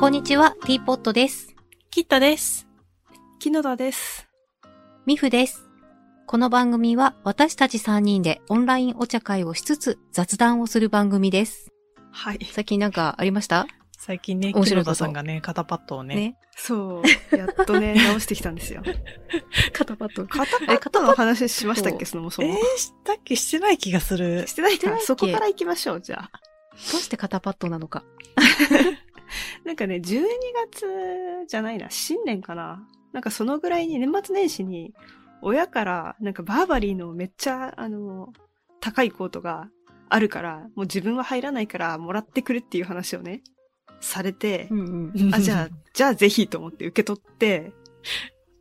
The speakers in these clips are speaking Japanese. こんにちは、ティーポットです。キッタです。キノダです。ミフです。この番組は私たち3人でオンラインお茶会をしつつ雑談をする番組です。はい。最近なんかありました最近ね、面木白いこと野田さんがね、肩パッドをね、 そう。やっとね、直してきたんですよ。肩パッド。肩パえッ肩ドパのッ話しましたっけそのそえも。ー、したっけしてない気がするし。てないしてないかっけそこから行きましょう、じゃあ。どうして肩パッドなのか。なんかね、12月じゃないな、新年かな。なんかそのぐらいに年末年始に、親から、なんかバーバリーのめっちゃ、あの、高いコートがあるから、もう自分は入らないからもらってくるっていう話をね、されて、んうん。あ、じゃあ、じゃあぜひと思って受け取って、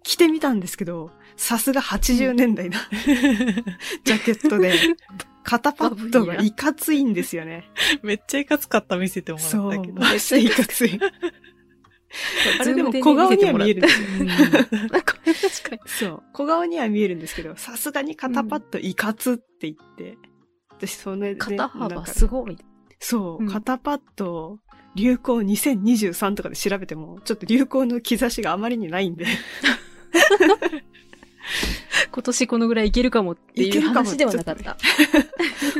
着てみたんですけど、さすが80年代のジャケットで、肩パッドがいかついんですよね。めっちゃいかつかった見せてもらそう、ったけど。めっちゃいかつい。あれでもズーム小顔にはね見えるんですよ。見せてもらったうんなんか確かに。そう、小顔には見えるんですけど、さすがに肩パッドいかつって言って、私それで、肩なん幅かすごい。そうう、ん肩パッド、流行2023とかで調べても、ちょっと流行の兆しがあまりにないんで、今年このぐらいいけるかもっていいけうるかも話ではなかった。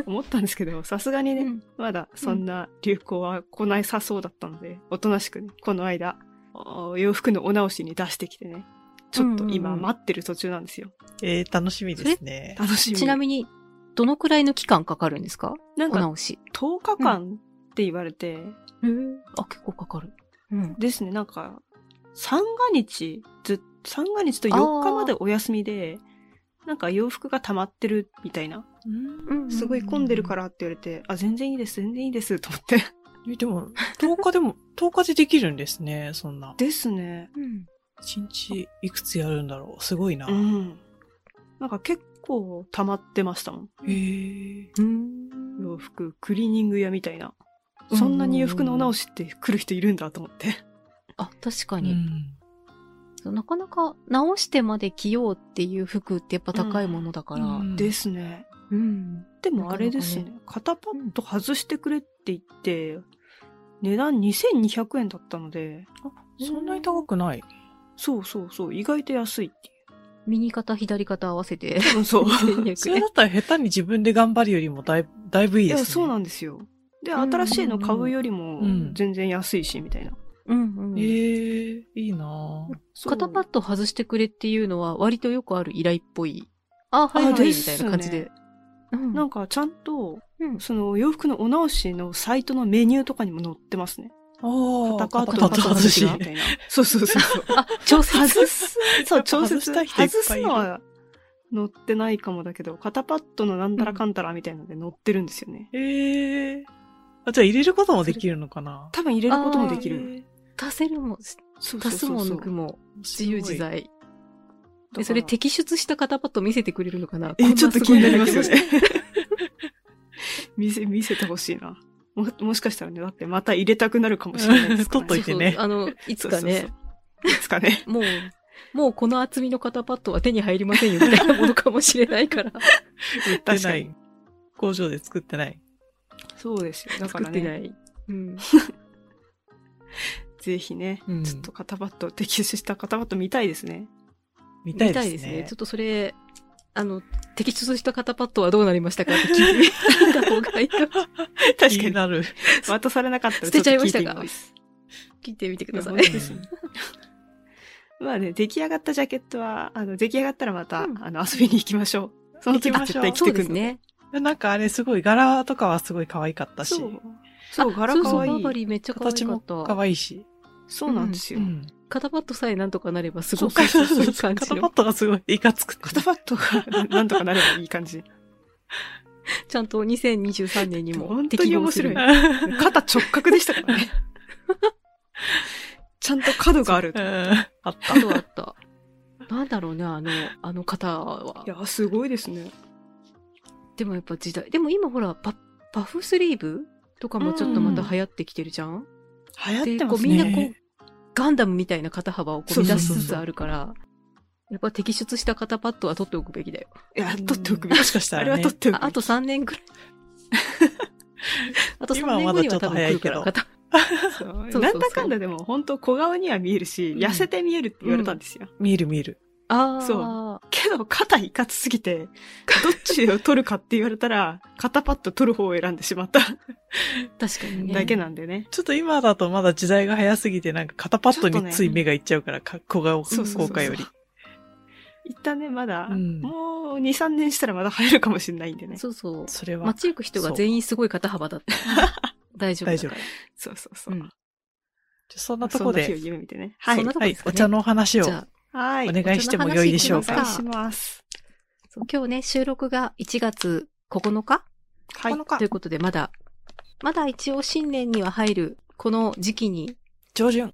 思ったんですけど、さすがにね、うんまだそんな流行は来ないさそうだったので、おとなしくね、この間、お洋服のお直しに出してきてね、ちょっとうん今うんうん待ってる途中なんですよ。えー、楽しみですね。楽しみ。ちなに。みに、どのくらいの期間かかるんですかなんおか直し。 10日間って言われて、あ、結構かかる。うん。ですね、なんか、三が日ず、三が日と4日までお休みで、なんか洋服が溜まってるみたいな。うんうんすごい混んでるからって言われて、あ、全然いいです、全然いいです、と思って。えでも、10日でも、10日でできるんですね、そんな。ですね。うん。 1日いくつやるんだろう。すごいな。うん。なんか結構溜まってましたもん。えー、うん洋服、クリーニング屋みたいな。そんなに洋服のお直しって来る人いるんだと思って。あ、確かうに、んそうなかなか直してまで着ようっていう服ってやっぱ高いものだから。うんですね。うんでもあれですね。肩パッド外してくれって言って、値段2200円だったので、そんなに高くない。そうそうそう、意外と安いっていう。右肩、左肩合わせて。多分 そう。そ2200れ円だったら下手に自分で頑張るよりもだいだいぶいいいですね。や、そうなんですよ。で、うん新しいの買うよりもうん全然安いし、みたいな。 うんうんえー、いいなぁそう肩パッド外してくれっていうのは割とよくある依頼っぽい。あ、はいはい、でみすたねいな感じで。うんなんかちゃんと、うんその洋服のお直しのサイトのメニューとかにも載ってますね。ああ、肩パッ肩パドッド外外ししみたいな。そうそうそうそう。あ、調整外す、そう、調外節したい人いっ外ぱすいいるのは載ってないかもだけど、肩パッドのなんたらかんたらみたいなので載ってるんですよね。ええあ、じゃあ入れることもできるのかな多分入れることもできある。足せるも、そうそう足すそうもそう抜くも自由自。在。だかで、らそれ摘出した肩パッド見せてくれるのかなえー、ちょっと気になりますこよ。んすごいのが来ましたね。見せ、見せてほしいな。も、もしかしたらね、だってまた入れたくなるかもしれないですから、 ね。取っといてそねうそうあの、いつかそうね、そうそう。いつかね。もう、もうこの厚みの肩パッドは手に入りませんよみたいなものかもしれないから。売って確なかいに。工場で作ってない。そうですよ。だか作らってなね、い。うん。ぜひね、うんちょっと肩パッド、摘出した肩パッド見たいですね。見見たたいいでですすね。ね。ちょっとそれ、あの、摘出した肩パッドはどうなりましたかって聞いてみた方がいいかも。確か気にに。なる。渡されなかったら捨てちゃいまょっしとた聞てかみま聞いてみてください。いや本当ですねまあね、出来上がったジャケットは、あの、出来上がったらまた、うんあの、遊びに行きましょう。その時行きましょ絶う対着そうてでくするの。ね。 なんかあれすごい、柄とかはすごい可愛かったしそ、う。そう、柄そう可そう、愛バーいバリーめっちゃ可愛形かも可った。愛いし。そうなんですうよ。ん。肩パッドさえなんとかなればすそごうくそうそうすそるう。感肩じパのッ。ドがすごいいかつくて。肩パッドが、なんとかなればいい感じ。ちゃんと2023年にも本当に面白い適合する 肩直角でしたからね。ちゃんと角がある。う。んあったあ。とあった。なんだろうね、あの、あの方はいや、すごいですね。でもやっぱ時代。でも今ほら、パパフスリーブとかもちょっとまた流行ってきてるじゃん、流行ってで、まこうすみんなね。こう、ガンダムみたいな肩幅をこうそう目そう指そうしそうつつあるから、やっぱ摘出した肩パッドは取っておくべきだよ。いや、取っておくべき。もしかしたあれらはね取。っておあくあ べき。と3年くらい。あと3今は年後まだには多分来るから、ちょっと早いけ肩どそうそうなんだかんだでも本当小顔には見えるし、うん痩せて見えるって言われたんですよ。見える見える。 ああ。そけど肩いかつすぎて、どっちを取るかって言われたら、肩パッと取る方を選んでしまった確かにね。だけなんでね。ちょっと今だとまだ時代が早すぎて、なんか肩パッドについ目がいっちゃうから、か小顔そうそうそう効果より。一旦ね、まだ、うんもう2、3年したらまだ入るかもしれないんでね。そそうそう。それは街行く人が全員すごい肩幅だった。 大丈夫だから。大丈夫。うそうそう。うんじゃそんまなあとそこんな日をで、夢見てね。はそんいな。とこはでいす、かおね茶のお話をじおゃあはい。願いしてもよいでしょうお茶のお話か。願いします。そう今日ね、収録が1月9日はい。のかということで、まだ、まだ一応新年には入る、この時期に、上旬。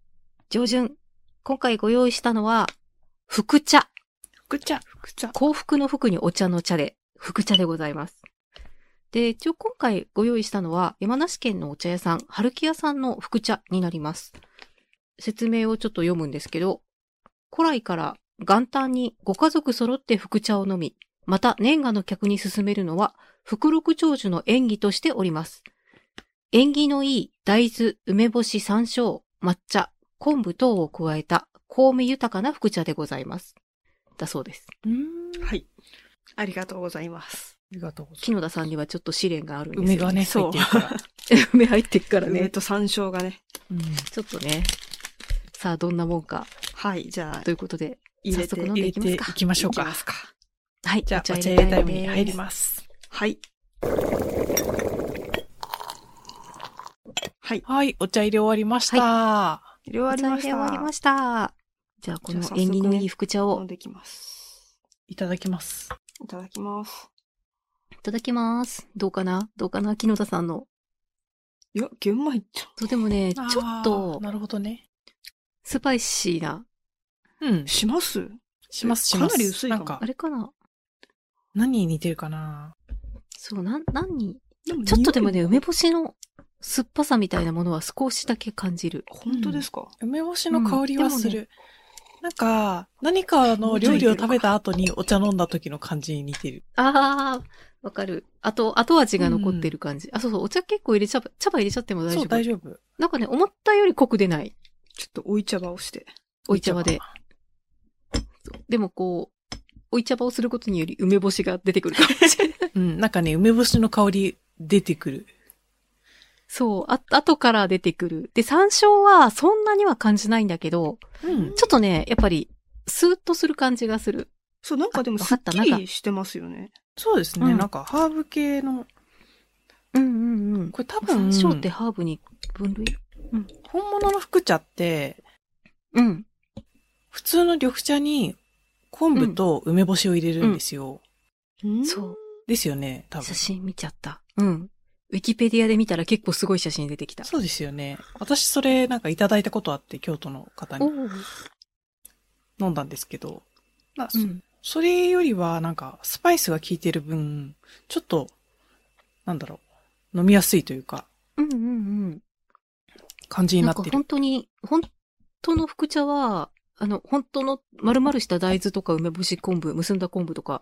上旬、今回ご用意したのは、福茶。くちゃ。福茶。幸福の福にお茶の茶で、福茶でございます。で、一応今回ご用意したのは、山梨県のお茶屋さん、春木屋さんの福茶になります。説明をちょっと読むんですけど、古来から元旦にご家族揃って福茶を飲み、また年賀の客に勧めるのは、福禄長寿の縁起としております。縁起のいい大豆、梅干し、山椒、抹茶、昆布等を加えた、香味豊かな福茶でございます。だそうです。あはい。ありがとうございます。りがとうござい木野田さんにはちょっと試練があるんます。です梅よ、がね、そ入ってうるから。 梅入ってっから梅ね。と山椒がね。うんちょっとね。さあ、どんなもんか。はい。じゃあと、いうことで、入れ早て速飲ん入でれいきてますいか。きましょういきかま。すか。はい。じゃあ、お茶入入れれタたイいムに入りす。ます。はい。はい。はい、お茶入れ終わりました。入れ終わおり茶入まれした。終わりました。じゃあ、このじゃあ早速ね縁起のいい福茶飲をんできます。いただきます。いただきます。いただきます。どうかなどうかな木野田さんの。いや、玄米ちゃん。そう、でもね、ちょっあとー、なるほどね。スパイシーな。うん。しますします、します。かなり薄いかもなんあれかな何に似てるかなそう、なん、何にでもちょっとでもね、匂い梅干しの酸っぱさみたいなものは少しだけ感じる。本当ですか、梅干しの香りはすうんでる。なんか、何かの料理を食べた後にお茶飲んだ時の感じに似てる。ああ、わかる。あと、後味が残ってる感じ。あ、そうそう、お茶結構入れちゃ、茶葉入れちゃっても大丈そう、夫。大丈夫。なんかね、思ったより濃く出ない。ちょっと追い茶葉をして。おい茶葉で。。でもこう、おい茶葉をすることにより梅干しが出てくるかもしれ ない。うん、なんかね、梅干しの香り出てくる。そう、あ、後から出てくる。で、山椒はそんなには感じないんだけど、うん。ちょっとね、やっぱり、スーッとする感じがする。そう、なんかでもあわすかっったきりしてますよね。そうですね、うんなんかハーブ系の、うんうんうん。これ多山分、椒ってハーブに分類本物の福茶って、うん。普通の緑茶に昆布と梅干しを入れるんですよ。そう。ですよね、多分写。真見ちゃった。うん。ウィキペディアで見たら結構すごい写真出てきた。そうですよね。私それなんかいただいたことあって、京都の方おーに飲んだんですけど、まあ、うん。それよりは、なんか、スパイスが効いてる分、ちょっと、なんだろう、飲みやすいというか、うんうんうん。感じにななんっかてる本。当に、本当の福茶は、あの、本当の丸々した大豆とか梅干し昆布、結んだ昆布とか、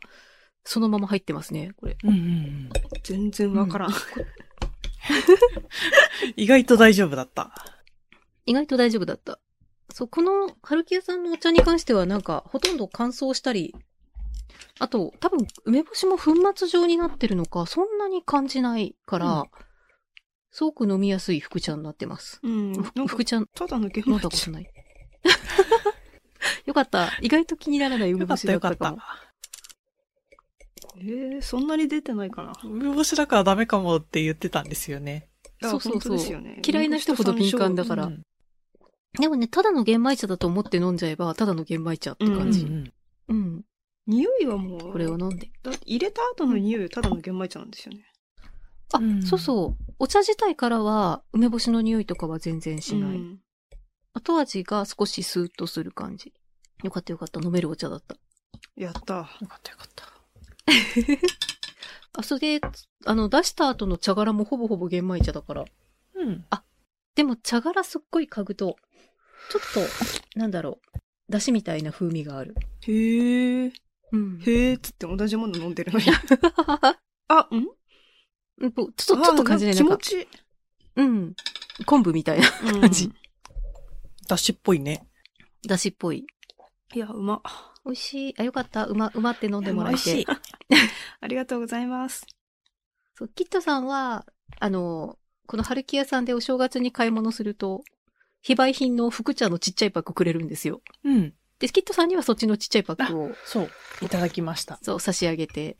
そのまま入ってますね、これ。うんうんうん。全然わからん。意外と大丈夫だった。意外と大丈夫だった。そう、この、春木屋さんのお茶に関しては、なんか、ほとんど乾燥したり、あと、多分、梅干しも粉末状になってるのか、そんなに感じないから、うすごく飲みやすい福茶になってます。うん。なんかふ福茶、飲ただのんだ玄米こと茶。ない。よかった。意外と気にならない梅よか干っしただよっかったかたも。。えー、そんなに出てないかな。梅干しだからダメかもって言ってたんですよね。あそうそうそう本当ですよね嫌いな人ほど敏感だからうんでもね、ただの玄米茶だと思って飲んじゃえば、ただの玄米茶ってうんう感じ。んうん、匂いはもう、これを飲んで。だって入れた後の匂いはただの玄米茶なんですよね。あ、うんそうそう。お茶自体からは、梅干しの匂いとかは全然しない。うん後味が少しスーッとする感じ。よかったよかった。飲めるお茶だった。やった。よかったよかった。あ、それで、あの、出した後の茶殻もほぼほぼ玄米茶だから。うん。でも茶殻すっごい嗅ぐと、ちょっと、なんだろう。出汁みたいな風味がある。へー。うん。へーっつって同じもの飲んでるのに。 あ、んうんちょっと、ちょっと感じない。あなんかーなんか気持ちいい。うん。昆布みたい なうん感じだしっぽいね。出汁っぽい。いや、うま。美味しい。あ、よかった。うま、うまって飲んでもらえて。いや美味しい。 ありがとうございます。そう、キットさんは、あの、この春木屋さんでお正月に買い物すると、非売品の福茶のちっちゃいパックくれるんですよ。うん。で、キットさんにはそっちのちっちゃいパックを、そう。いただきました。そう、差し上げて。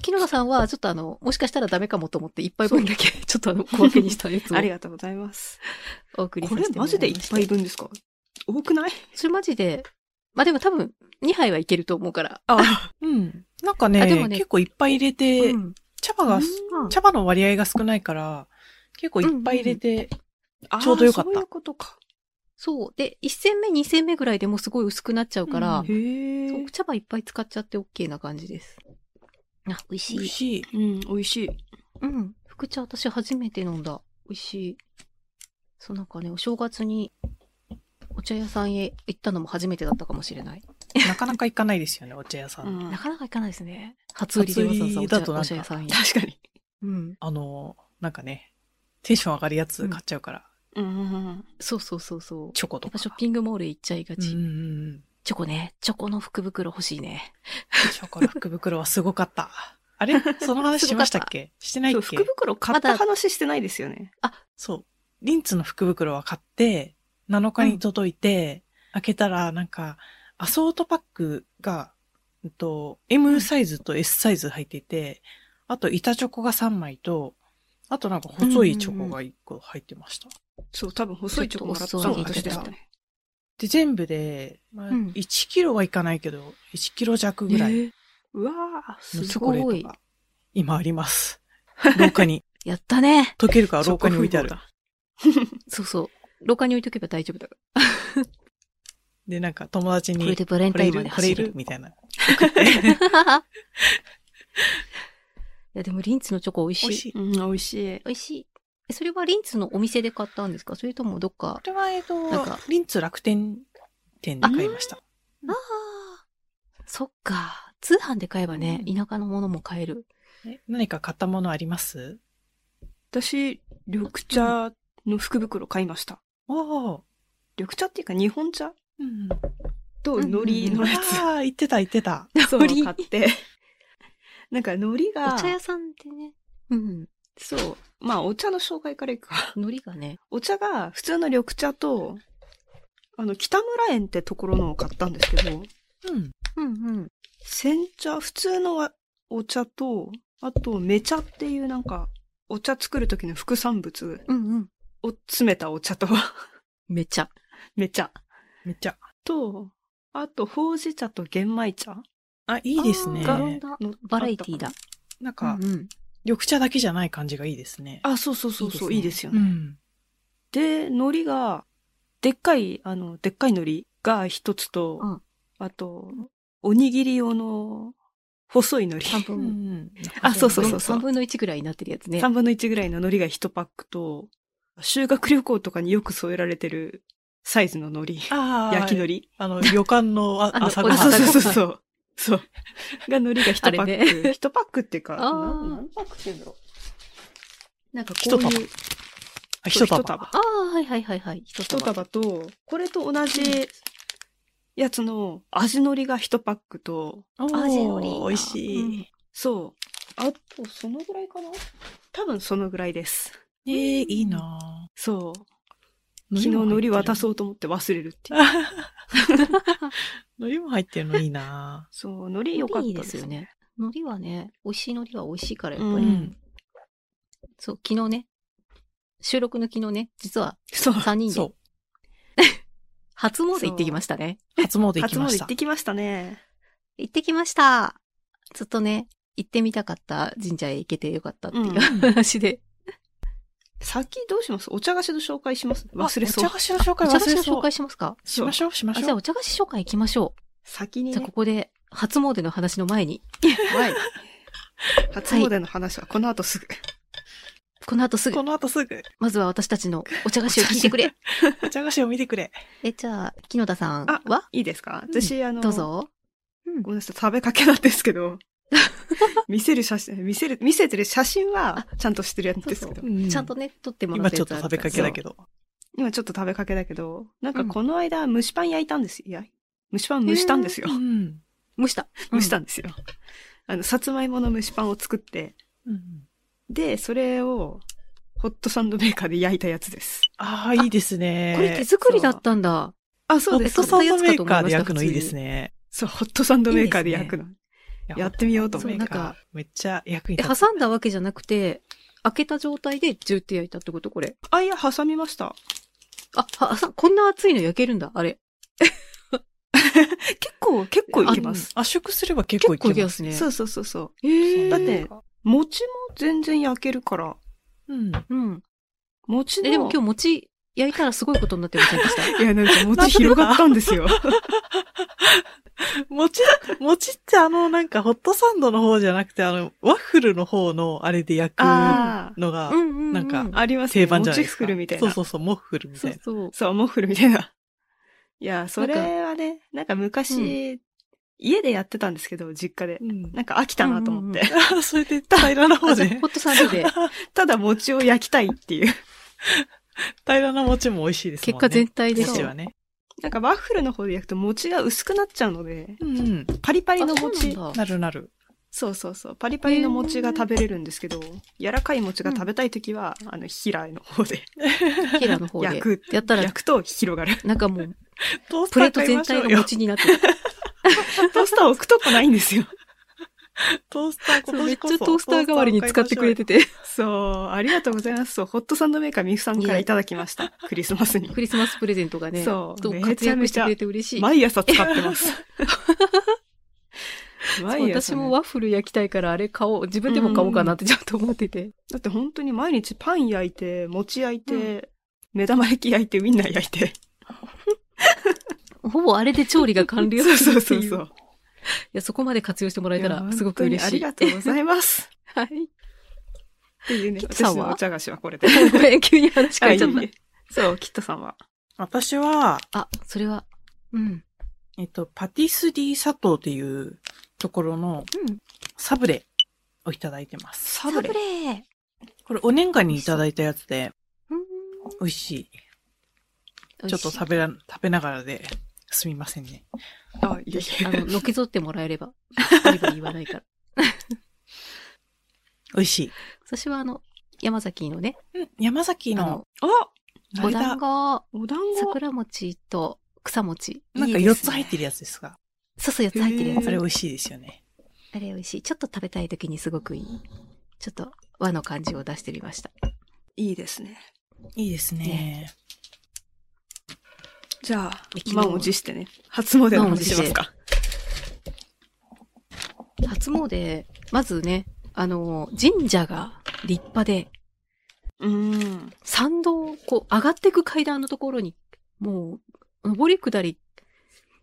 木野田さんは、ちょっとあの、もしかしたらダメかもと思って、いっぱい分だけ、 ちょっとあの、小分けにしたやつをありがとうございます。お送りさこせれてもマらいましジた。でいっぱいいるんですか多くないそれマジで、まあでも多分、2杯はいけると思うから。あ、うん。なんかねあでもね結構いっぱい入れて、うん茶葉が、うん茶葉の割合が少ないから、結構いっぱい入れて、あちょうどよかったそういうことか。そう。で、1戦目、2戦目ぐらいでもうすごい薄くなっちゃうから、うんへえ。そう茶葉いっぱい使っちゃって OK な感じです。あ、美味し美味い。しい。うん、美味しい。うん。福茶私初めて飲んだ。美味しい。そうなんかね、お正月にお茶屋さんへ行ったのも初めてだったかもしれない。なかなか行かないですよね、お茶屋さん。うんなかなか行かないですね。初売りでわざわざお初売りだ茶となんかお茶屋さんへ。確かに。うん。あの、なんかね、テンション上がるやつ買っちゃうから、うん。そうそうそう そう。チョコとやっか。ぱショッピングモールへ行っちゃいがち。うんうんうん。チョコね。チョコの福袋欲しいね。チョコの福袋はすごかった。あれその話しましたっけしてないっそう、け福袋買った話してないですよね。そう。リンツの福袋は買って、7日に届いて、開けたら、なんか、アソートパックが、うんと、M サイズと S サイズ入っていて、あと板チョコが3枚と、あとなんか細いチョコが1個入ってました。そう、多分細いチョコもらったの私ですよね。で、全部で、まあうん1キロはいかないけど、1キロ弱ぐらいのうわー、すごいチョコレすごーいトが今あります。廊下に、やったね。溶けるから廊下に置いてあるチョ。コそうそう。廊下に置いとけば大丈夫だかで、なんか友達ら。これに、でバレンこタれイいンまでるこれ走いれるる。みたいな。 いや、でもリンツのチョコ美味しい。美味しい。福袋だうん、美味しい。美味しい。えそれはリンツのお店で買ったんですかそれともどっかこ。れは、えっとなんか、リンツ楽天店で買いました。ああ。そっか。通販で買えばね、うん田舎のものも買える。え何か買ったものあります私、緑茶の福袋買いました。おお。緑茶っていうか日本茶うん。と海苔のやつ。ああ、言ってた言ってた。 そう、海苔買 って。なんか海苔おが、茶屋さんでね。うん。そう、まあお茶の紹介からいくか。海苔がね。お茶が普通の緑茶と、あの、北村園ってところのを買ったんですけど、うん。うんうん。煎茶、普通のわお茶と、あと、め茶っていうなんか、お茶作る時の副産物うんうん。を詰めたお茶と、 めちゃ。め茶めっちゃ。と、あと、ほうじ茶と玄米茶あ、いいですあねー。なるほどのバラエティーだ。。なんうか、んうん。緑茶だけじゃない感じがいいですね。あ、そうそうそうそう、いいいいでですすようね。ん。で、海苔が、でっかい、あの、でっかい海苔が一つと、うんあと、おにぎり用の細い海苔。半う分。ん。あ、そうそうそうそう3。分の1ぐらいになってるやつね。 3分の1ぐらいの海苔が1パックと、修学旅行とかによく添えられてるサイズの海苔。ああ、焼き海苔。あの、旅館のああの朝ごあはあ、ん。そうそうそ朝うそう。そう。が海苔が1パあれック。ね1パックっていうか、あーな何パックっていうんだろなんか一こう束いう。あう。一そう束。一束。ああ、はいはいはいはい。一一束。束と、これと同じやつの味のりが一パックと、おー味のりだ美味しい。そう。あと、そのぐらいかな多分そのぐらいです。ええ、いいなそう。ぁ。昨日海苔渡そううと思って忘れる っていう。海苔も入ってるのいいなそう、海苔良かったいいでですすよよねね。。海苔はね、美味しい海苔は美味しいから、やっぱり、うぁ。うん。そう、昨日ね、収録の昨日ね、実はそう。 3人そでう。初詣行ってきましたね。初詣行き初ま詣し行たっ。てきましたね。行ってきました。ずっとね、行ってみたかった神社へ行けてよかったっていう、うん話で。先どうしますお茶菓子の紹介します忘れそあうお茶。菓子の紹お介茶忘れ菓そう。子の紹介しますかしましょう、しまあしじゃあょう。お茶菓子紹介行きましょ先う。にじゃあねこ。こで初詣の話の前に、はい。初詣の話はこの後すぐ。 この後すぐこ、の後すぐ、まずは私たちのお茶菓子を聞いてくれ。お茶菓子を見てくれ。え、じゃあ、木野田さんあはいいですかうん私、あの、どうぞ。 ごめんなさい、食べかけなんですけど、見せる写真、見せる、見せてる写真はちゃんとしてるやつですけど。そううんちゃんとね、撮ってもらっ 今たちょやっつとあるか食べらかけだけど。今ちょっと食べかけだけど、なんかこの間蒸しパン焼いたんです。いや、蒸しパン蒸したんですよう。ん。蒸した。蒸したんですよ。あの、さつまいもの蒸しパンを作って、うんで、それをホットサンドメーカーで焼いたやつです。ああ、いいですね。これ手作りだったんだ。あ、そホうでッす。トそサうンドメーカーで焼くのいいですね。そう、ホットサンドメーカーで焼くの。いやってみようと思うそうホットサンドメーなんカーめっちゃ役にえ、立つ。挟んだわけじゃなくて、開けた状態でジューって焼いたってことこれ。あ、いや、挟みました。あ、は、さ、こんな熱いの焼けるんだ、あれ。結構、結構いきます。圧縮すれば結構結いけ構いけま。ますすね。そうそうそうそう。えーだって、餅も全然焼けるから、うん。うん。餅の。え、でも今日餅焼いたらすごいことになってませんでした。いや、なんか餅広がったんですよ。餅、餅ってあの、なんかホットサンドの方じゃなくて、あの、ワッフルの方のあれで焼くの あがうんうん、うん。なんかあ、ありまあすね。定番じゃない餅ですか。フルみたいな。そうそうそう、モッフルみたそいうな。そう。そう、モッフルみたいな。 いや、それなんかはね、なんか昔、家でやってたんですけど、実家で。うんなんか飽きたなと思って。うん それで平らな方あ、 じゃあでホ。ットサンドで、ただ餅を焼きたいっていう。 平らな餅も美味しいですも結んね。果全体で。餅はね。なんかワッフルの方で焼くと餅が薄くなっちゃうので、うんうん。パリパあリのそう餅、なんだなるなる。そうそうそう、パリパリの餅が食べれるんですけど、柔らかい餅が食べたいときは、あの、平の方でヒラの方焼で。く。やったら焼くと広がる。なんかもう、トースプタレーート買い全ましょ体うがよ。餅になってる。トースター置くとこないんですよ。トースターそ今うめっ年ちこゃそトースター代わりに使ってくれてて。そう、ありがとうございます。そう、ホットサンドメーカーみゆさんからいただきました。 クリスマスに。 クリスマスプレゼントがね、そうどうめ活ちゃ躍めしちてゃくれて嬉しい。毎朝使って ます。そう毎私朝ねもワッフル焼きたいから、あれ買おう。自分でも買おうかなってちょっと思ってて。だって本当に毎日パン焼いて、餅焼いて、目玉焼き焼いて、ウインナー焼いて。ほぼあれで調理が完了 するっていう。い いや、そこまで活用してもらえたやらすごく嬉しい。本当にありがとうございます。はい。っていう ね、キットさん私はのお茶菓子はこ れで。ごめん、急に話変えちゃっあたいい。そう、キットさんは。私は、あ、それは、うん。えっと、パティスリー佐藤っていうところのうん。サブレをいただいてます。サブレ。ー。これお年賀にいただいたやつで、うん美味しい。ちょっと食べら、食べながらで、すみませんね。あ、いえいあえの、のけぞってもらえれば、バリバリ言わない から。美味しい。私はあの、山崎のね、うん、山崎あのの、、あお成田団子、お団子。桜餅と草餅。なんかいい4ですつ入ってるやつですが、そうそう、4つ入ってるやへつ。ーあれ美味しいですよね。あれ美味しい。ちょっと食べたい時にすごくいい。ちょっと和の感じを出してみました。いいですね。いいですね。じゃあ駅、の満を持してね、初詣の話しますか。初詣、まずね、あの、神社が立派で、うーん。参道をこう上がっていく階段のところに、もう、上り下り、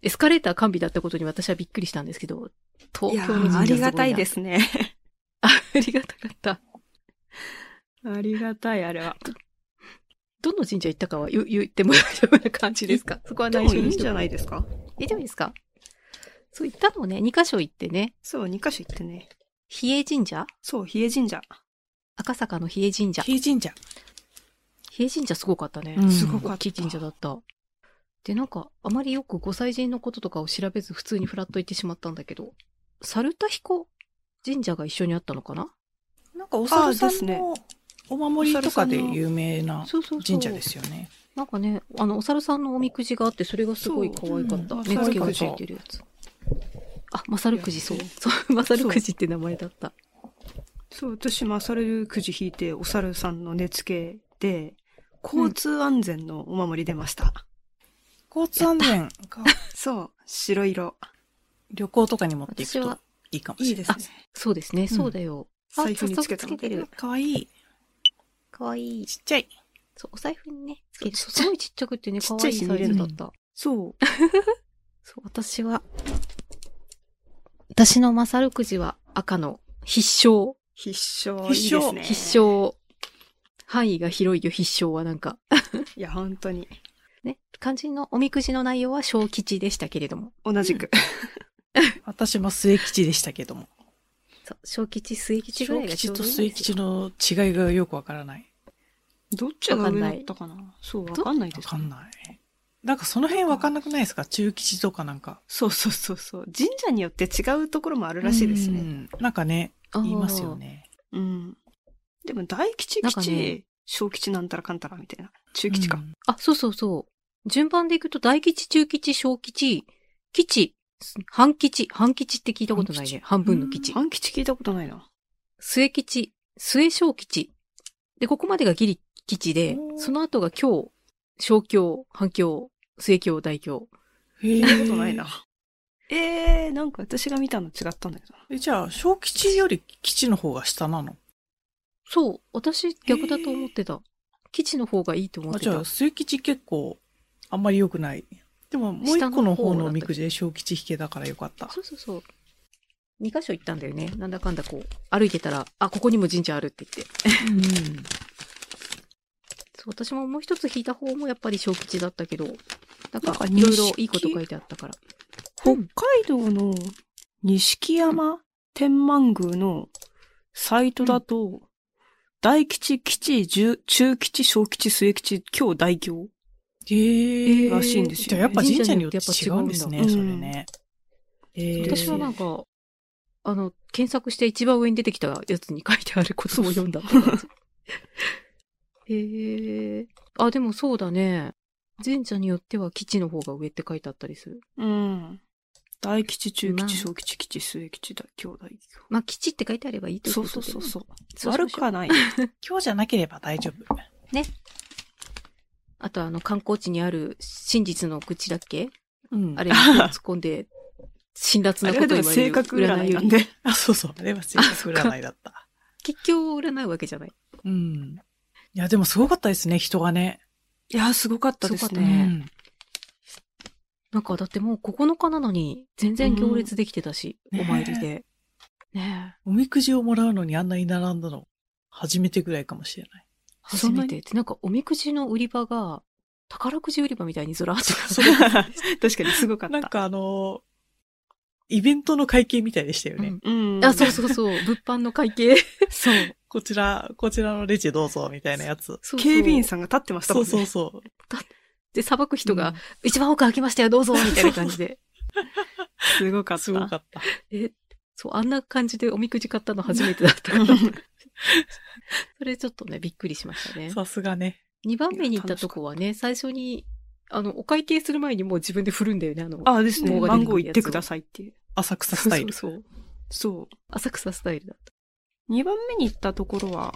エスカレーター完備だったことに私はびっくりしたんですけど、いや東京の神社すごいー、なありがたいで。すね。 ありがたかった。ありがたい、あれは。どの神社行ったかは言言ってもらえるような感じですかそこは で内も緒いいにんしじとゃくないですかえ、でもいいですかそう、行ったのね、2カ所行ってね、そう、2カ所行ってね。比叡神社そう、比叡神社。赤坂の比叡神社。比叡神社。比叡神社すごかったね。うんすごく大きい神社だった。で、なんか、あまりよくご祭神のこととかを調べず普通にフラッと行ってしまったんだけど、猿田彦神社が一緒にあったのかななんかお猿猿ささんのんのお守りとかで有名なそうそうそう。神社ですよね。なんかね、あの、お猿さんのおみくじがあって、それがすごい可愛かった。そう目つけがつそういてるやつ。あ、まさるくじ、そういや。そう、まさるくじって名前だった。そう、私、まあ、猿くじ引いて、お猿さんの根付けで、交通安全のお守り出ました。交通安全がそう、白色。旅行とかに持っていく私とはいいかもしれないい。ですね。そうですね、そうだよ。あ財布につけたのつけてでる。かわいい。かわいい。ちっちゃい。そう、お財布にね、つけてる。そうすごいちっちゃくてね、ちかっわちゃいいいしサイズだっ見れた。そう。そう、私は、私のマサルくじは赤の必勝。必勝。必勝いいですね。必。勝。範囲が広いよ、必勝はなんか。いや、本当に。ね、肝心のおみくじの内容は小吉でしたけれども。同じく。私も末吉でしたけども。そう小吉、末吉ぐら小いがち吉ょうどといいんですよ末吉の違いがよくわからない。 どっちが上だったかなそう、わかんないでわす。かんない。なんかその辺わかんなくないですか中吉とかなんか。そうそうそうそう。神社によって違うところもあるらしいですうね。ん。なんかね、あー言いますよね。うん。でも、大吉なんか吉、ね小吉なんたらかんたらみたいな。中吉か。うんあ、そうそうそう。順番でいくと、大吉、中吉、小吉、吉、半吉、半吉って聞いたことないね。半分の吉。半吉聞いたことないな。末吉、末小吉。で、ここまでがギリ吉でお、ーその後が今日、小京、半京、末京、大京。へ聞いたえ。ことないな。えー、なんか私が見たの違ったんだけどな。えじゃあ、小吉より吉の方が下なのそう、私逆だと思ってた。吉の方がいいと思っあてじゃたあ、。末吉結構、あんまり良くない。でも、もう一個の方のおみくじで小吉引けだからよかった。そうそうそう。二箇所行ったんだよね。なんだかんだこう、歩いてたら、あ、ここにも神社あるって言って。うそう、ん。私ももう一つ引いた方もやっぱり小吉だったけど、なんなんかか錦いろいろいいこと書いてあったから。北海道の錦山天満宮のサイトだと、大吉、吉、中中吉、小吉、末吉、今日大凶。へえ。らしいんですよじゃあやっぱ神社によって違うんですね、神そ社れによってね。えー私はなんか、か、あの、検索して一番上に出てきたやつに書いてあることを読んだって感じ。 へえ。あ、でもそうだね。神社によっては基地の方が上って書いてあったりする。うん。大吉、中まあ吉、小吉、吉、末吉、大凶、大凶。まあ、基地って書いてあればいいというそこうとそうで、そうそう。そうしま悪しょうくはない。今日じゃなければ大丈夫。あとあの、観光地にある真実の口だっけうんあれに手を突っ込んで、辛辣あなれこはとでを言もわれ性る格占よいなりんで。あ、そうそう。あれは性格占いだった。結局を占うわけじゃない。うん。いや、でもすごかったですね、人がね。 いや、すごかったですすごかったね。ねなんかだってもう9日なのに全然行列できてたし、うんお参りで。ねえ、うんおみくじをもらうのにあんなに並んだの、初めてぐらいかもしれない。初そんなめにて。で、なんかおみくじの売り場が、宝くじ売り場みたいにずらっと。 確かにすごかっなんた。かあの、イベントの会計みたいでしたよね。うんあ、そうそうそう、物販の会計。そう。こちら、こちらのレジどうぞ、みたいなやつ。そうそう警備員さんが立ってましたそもうんね。そうそう。で、裁く人が、一番奥開きましたよ、どうぞみたいな感じで。すごかうんった。すごかった。え、そう、あんな感じでおみくじ買ったの初めてだ ったから。それちょっとね、びっくりしましたね。さすがね。 2番目に行ったとこはね、最初に、あの、お会計する前にもう自分で振るんだよね、あの。 あ、ですね。棒が番出てく号る言やつをってくださいっていう。浅草そスうそタイうル。そう。そ浅草スタイルだった。う。2番目に行ったところは、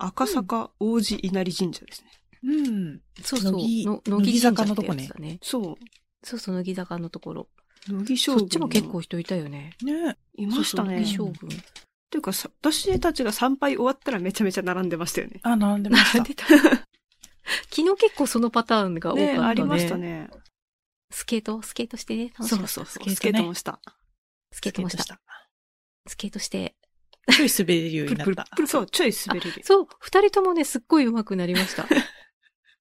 赤坂王子稲荷神社ですね。うん。そうそう。乃木の乃木坂のとこね乃木神社ってやつだね。そそうそう、乃木坂のところ。う。乃木将軍。そっちも結構、人いたよね。ねいましたね。乃木そう将そう軍。っていうかさ、私たちが参拝終わったらめちゃめちゃ並んでましたよね。あ、並んでました。 た。昨日結構そのパターンが多かったね。ありました。ね。スケート、スケートしてね。楽しかそったうそうそスう。スケーケートねトもした。スケートもした。スケートして。ちょい滑れるようになった。そう、ちょい滑れる。そう、二人ともね、すっごい上手くなりま した。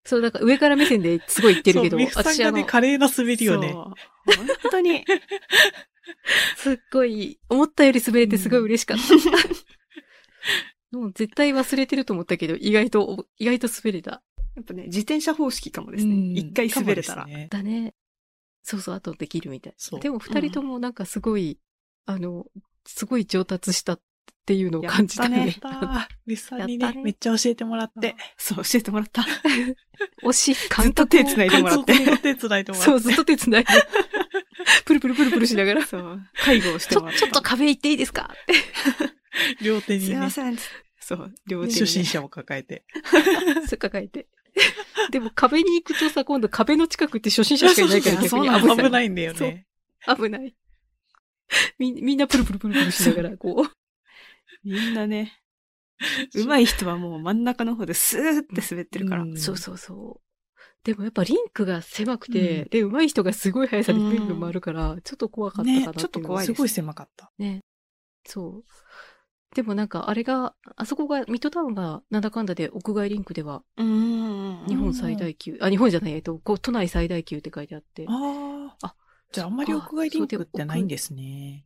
そう、だから上から目線ですごい言ってるけどそう、ミクさん私あがね、の、華麗な滑りよねそう。本当に。すっごい、思ったより滑れてすごい嬉しか った。もう絶対忘れてると思ったけど、意外と、意外と滑れた。やっぱね、自転車方式かもですねうん。一回滑れたら。かもですねだね。そうそう、あとできるみたいそう。でも二人ともなんかすごい、あの、すごい上達したっていうのを感じたやっね。やったー。リスさんにやったねねめっちゃ教えてもらって。そう、教えてもらった。推し、ず監っと督手繋いでもらって。感想手伝い てもらって。そう、ずっと手繋いで。 プルプルプルプルしながら。ちそう、介護をしてもょ、らった。 ちょっと壁行っていいですか両手にすいねま、せん。そう、両手初心にね。者を抱えて。そっか書いて。 でも壁に行くとさ、今度壁の近くって初心者しかいないからそう逆そうにそう危ない。危ないんだよね。危ない。みんみんなプルプルプルプルしながら、こう。みんなね、上手い人はもう真ん中の方でスーって滑ってるから。うんそうそうそう。でもやっぱリンクが狭くて、うんで、上手い人がすごい速さでぐんぐん回るから、ちょっと怖かったかなっていうのねがちょっと怖いすですごい狭かった。そう。でもなんかあれが、あそこが、ミッドタウンがなんだかんだで屋外リンクではうん日本最大級、あ、日本じゃない、えっと、こう都内最大級って書いてあって。ああ。あじゃああんまり屋外リンクってないんですね。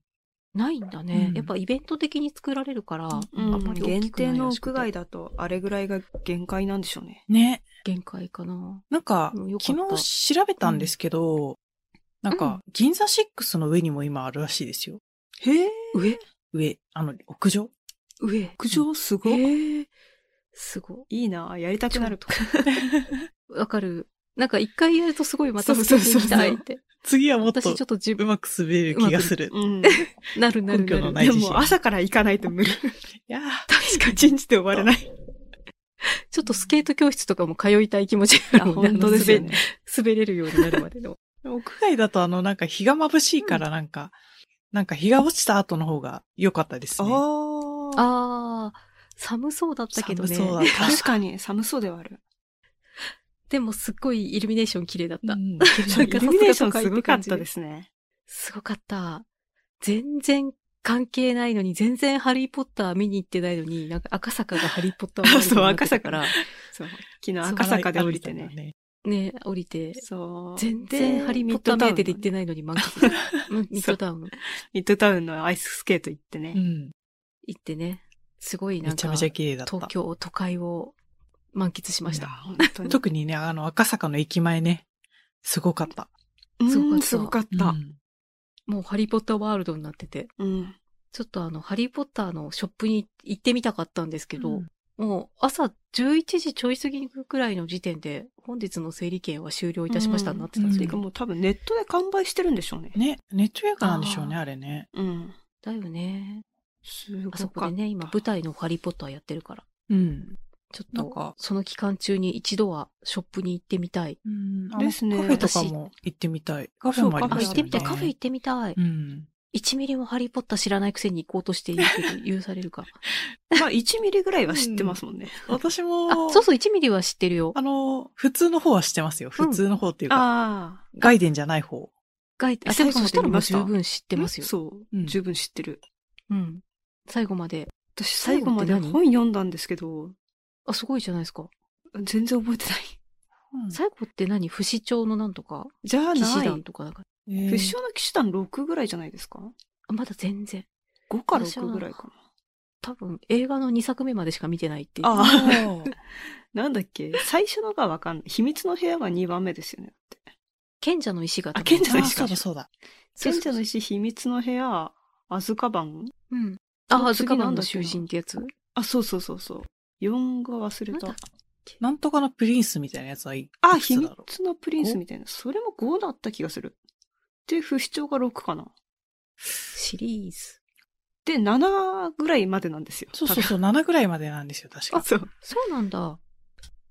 ないんだね、うんやっぱイベント的に作られるから、うんあんまり大限きくな定いのらしく屋て外だと、あれぐらいが限界なんでしょうね。ね。限界かな。なんかうんよ、かった昨日調べたんですけど、なんか、銀座6の上にも今あるらしいですよ。へえ、上上、あの、屋上上屋上すごい。へえすごいいなやりたくなると。い。 わかる。なんか一回やるとすごいまたそう続そけてうそうそういきたいって。次はもっと私ちょっと自う分、まく滑る気がする。うん。なるなるな根拠のる。ないで自信も朝から行かないと無理。いやー確かに信じて終われない。ちょっとスケート教室とかも通いたい気持ちがあるもんね本当ですよねあの滑滑れるようになるま での。屋外だとあの、なんか日が眩しいからなんか、なんか日が落ちた後の方が良かったですね。ああ。ああ、寒そうだったけどね。寒そう だった。確かに寒そうではある。でもすっごいイルミネーション綺麗だった。うんなんかイルミネーションすごかったですね。すごかった。全然関係ないのに、全然ハリーポッター見に行ってないのに、なんか赤坂がハリーポッターワールドになってた から、そう。昨日赤坂で降りてね。。ね、降りて、そう。全然ハリーポッター目当てで行ってないのに満喫した。うんミッドタウンミッドタウンのアイススケート行ってね。うん。行ってね、すごいなめんちか、ゃめちゃ東綺麗だった。京、都会を満喫しましいやた。本 当に。特にね、あの、赤坂の駅前ね、すごかった。すごかったうんすごかったう。んもうハリーポッターワールドになってて、うん。ちょっとあの、ハリーポッターのショップに行ってみたかったんですけど、もう朝11時ちょい過ぎくらいの時点で、本日の整理券は終了いたしましたになってたんですけていど、かもう多分ネットで完売してるんでしょうね。ね、ネット予約なんでしょうね、あれね。うん。だよね。すごあかそこっでた。ね、今舞台のハリーポッターやってるから、うん。ちょっなんとか、その期間中に一度はショップに行ってみたい。うんですねカフェとかも行ってみたい。カフェもありあ、まそ行しうたってよね。みたい。カフェ行ってみたい。うん。 1ミリもハリーポッター知らないくせに行こうとしているけど、許される か。まあ1ミリぐらいは知ってますもんね。私あ、も、そうそう、1ミリは知ってるよあ。の、普通の方は知ってますよ。普通の方っていうか、ああ。外伝じゃない方。ガイあ、で最も後まそしでたら見もうました十分知ってますよ。そう、うん十分知ってる。うん。最後まで。私最後まで最後って何本読んだんですけど、あ、すごいじゃないですか。全然覚えて ない。最後って何不死鳥のなんとかじゃあ騎士ない。団とかなんか。え不死鳥の騎士団6ぐらいじゃないですかあまだ全然。 ?5 か6ぐらいか多分映画の2作目までしか見てないっていう。ああ な。なんだっけ最初のがわかんない。秘密の部屋が2番目ですよね。賢者の石が多分。あ賢者のあ、石そうだそうだ。そうそ賢うそ者うの石、秘密の部屋、アズカバンうん。あ、アズ次カバなンんだのっけ囚な人ってやつあ、そうそうそうそう。4が忘れなんただ。なんとかのプリンスみたいなやつはいあ、い秘つだ密ろうのプリンスみたいな。それも5だった気がする。で、不死鳥が6かな。シリーズ。で、7ぐらいまでなんですよ。そうそうそう、7ぐらいまでなんですよ、確多分。あ、か。そう。そうなんだ。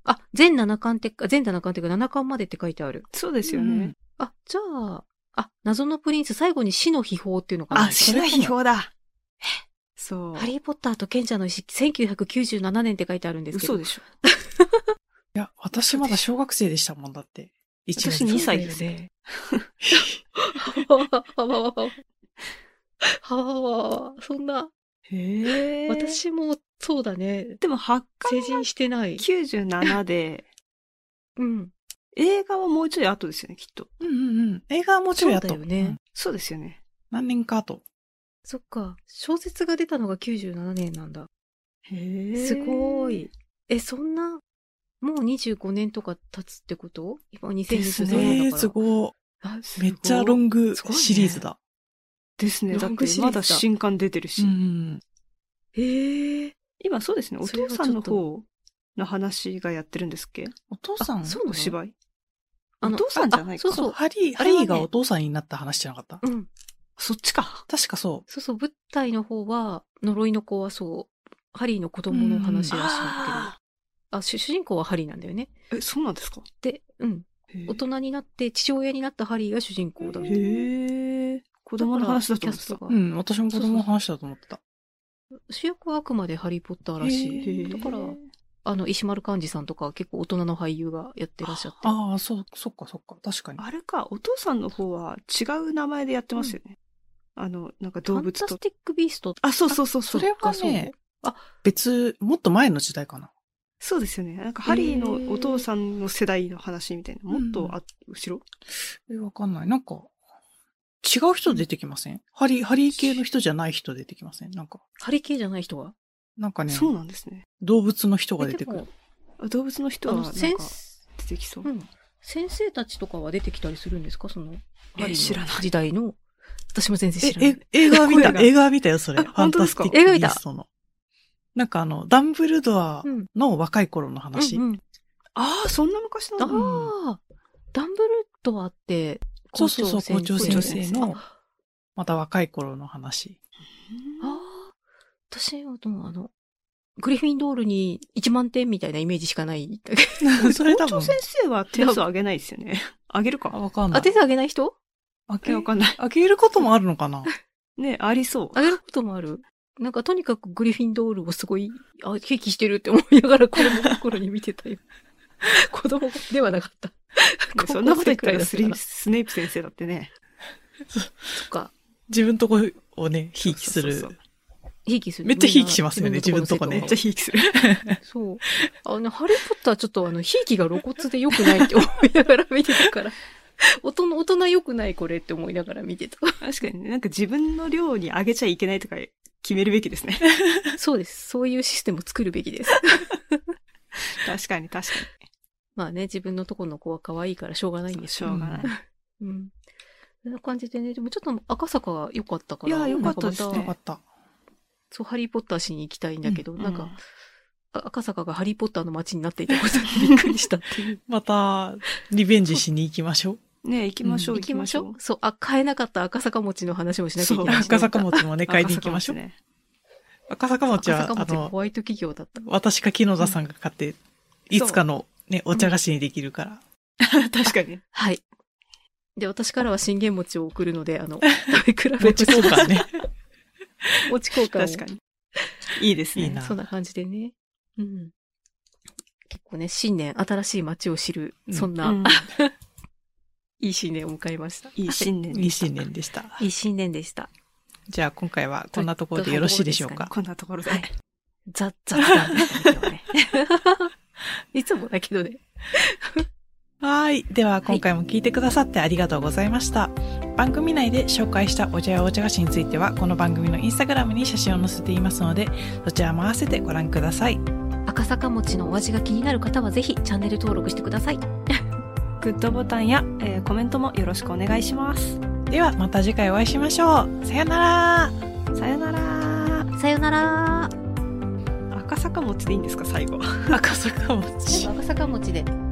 あ、全7巻って、あ全7巻っていうか7巻までって書いてある。そうですようんね。あ、じゃあ、あ、謎のプリンス、最後に死の秘宝っていうのかな。あそれかもだ。そう。ハリーポッターと賢者の石、1997年って書いてあるんですけど。嘘でしょ。いや、私まだ小学生でしたもんだって。一私年生2歳ですね。はわはわはわはわはわそんな、へえ。私私、もそうだね。でも発成刊が人してない。 97で、うん。映画はもうちょい後ですよね、きっと。うんうんうん。映画はもうちろんやっと。そうだよねうんそうですよね。何年か後。そっか。小説が出たのが97年なんだ。へえすごい。。え、そんな、もう25年とか経つってこと今です2023ね。年だすから。ごあい。めっちゃロンングすごいねシリーズだ。ですね。ロだっングシリてーまズだだ新刊出てるしう。ん。ええ今そうですね。おそれ父はちょっさとんの方の話がやってるんですっけお父さん、あそうお芝居。あのお父さんじゃないか。あそうそうハリー、あハれはねリーがお父さんになった話じゃなかったうん。そっちか。確かそそうそう、舞台の方は、呪いの子はそう、ハリーの子供の話らしいんだけど、ああ主主人公はハリーなんだよね。ーえ、そうなんですかで、うん。へえ大人になって、父親になったハリーが主人公だ。へえ。子供の話だと思ってキャたス。トう。うがん、私も子供の話だと思ってた。主役はあくまでハリー・ポッターらしい。へえだからあの、石丸幹二さんとか結構大人の俳優がやってらっしゃって。ああ、そう、そっかそっか。確かに。あれか、お父さんの方は違う名前でやってますよね。あの、なんかファ動ン物タとス。ティック・ビーストあ、そうそうそうそそ。うれはね、別、もっと前の時代かな。そうですよね。なんかハリーへーのお父さんの世代の話みたいな。もっとあ、後ろえ、わかんない。なんか、違う人出てきませんハリ、ハリー系の人じゃない人出てきませんなんか、ハリケーンじゃない人はなんかね、そうなんですね。動物の人が出てくえるで。もあ動物の人あはのなんか先出生てきそうう。ん、先生たちとかは出てきたりするんですかその、えハリーの知らない時代の。私も全然え知らなえい。、映画は見た声、が映画は見たよ、それ。あファン本当タですスかティック映画見たビーストの。なんかあの、ダンブルドアうん。の若い頃の話。うんうん、ああ、そんな昔なんだ。ああ、ダンブルドアって、そうそうそう、校長先先生生あの、また若い頃の話。ああ、私はもうあの、グリフィンドールに1万点みたいなイメージしかないんだけど。 それ多校長分、先生は点数上げないですよね。上げるあか。わかんなあ、い。手数あげない人あえ、け わかんない。あげることもあるのかなね、ありそう。あげることもある。なんかとにかくグリフィンドールをすごい、あ、兵器してるって思いながら子供の頃に見てたよ。子供ではなかった。ねそんなこと言ったら ス高校生くいだリったかスネイプ先生だってね。らとか、自分とこをね、ひいきすそうそるう。ひいきする。めっちゃひいきしますよねのめっちゃひいきする。そう。あの、ハリーポッターちょっとあの、ひいきが露骨で良くないって思いながら見てたから、 大人、大人良くないこれって思いながら見てた。確かにね、なんか自分の量に上げちゃいけないとか決めるべきですね。そうです。そういうシステムを作るべきです。確かに確かまあね、自分のとこの子は可愛いからしょうがないんに。ですしよ。ょうがない。うん。そんな感じでね、でもちょっと赤坂は良かったから。いや良かったですねなんよまかたった。そう、ハリーポッターしに行きたいんだけど、うんなんか、あ赤坂がハリーポッターの街になっていたことにびっくりしたっていう。また、リベンジしに行きましょう。ね行きましょう、行行ききままししょょうう。。そう、あ、買えなかった赤坂餅の話もしなきゃいけないしね。赤坂餅もね、買いに行きましょう。ね。赤坂餅は赤、あ坂餅ホの、ワイト企業だった。私か木野田さんが買って、いつかのね、お茶菓子にできるから。確かに。はい。で、私からは信玄餅を送るので、あの、食べ比べ餅 交換ね。持ち交換を。確かに。いいですね。いいなそんな感じでね。うん。結構ね、新年、新しい街を知る、うんそんな、 うんいい新年を迎えました。いい新年いい新年でした。いい新年でした。じゃあ今回はこんなところでよろしいでしょうか。こんなところで。はい雑雑談ですね今日ね。いつもだけどね。はい。では、今回も聞いてくださってありがとうございました。番組内で紹介したお茶やお茶菓子については、この番組のインスタグラムに写真を載せていますので、そちらも合わせてご覧ください。赤坂餅のお味が気になる方はぜひチャンネル登録してください。グッドボタンや、えーコメントもよろしくお願いします。では、また次回お会いしましょう。さよなら。さよなら。さよなら。赤坂餅でいいんですか、最後。 赤坂餅。赤坂餅で。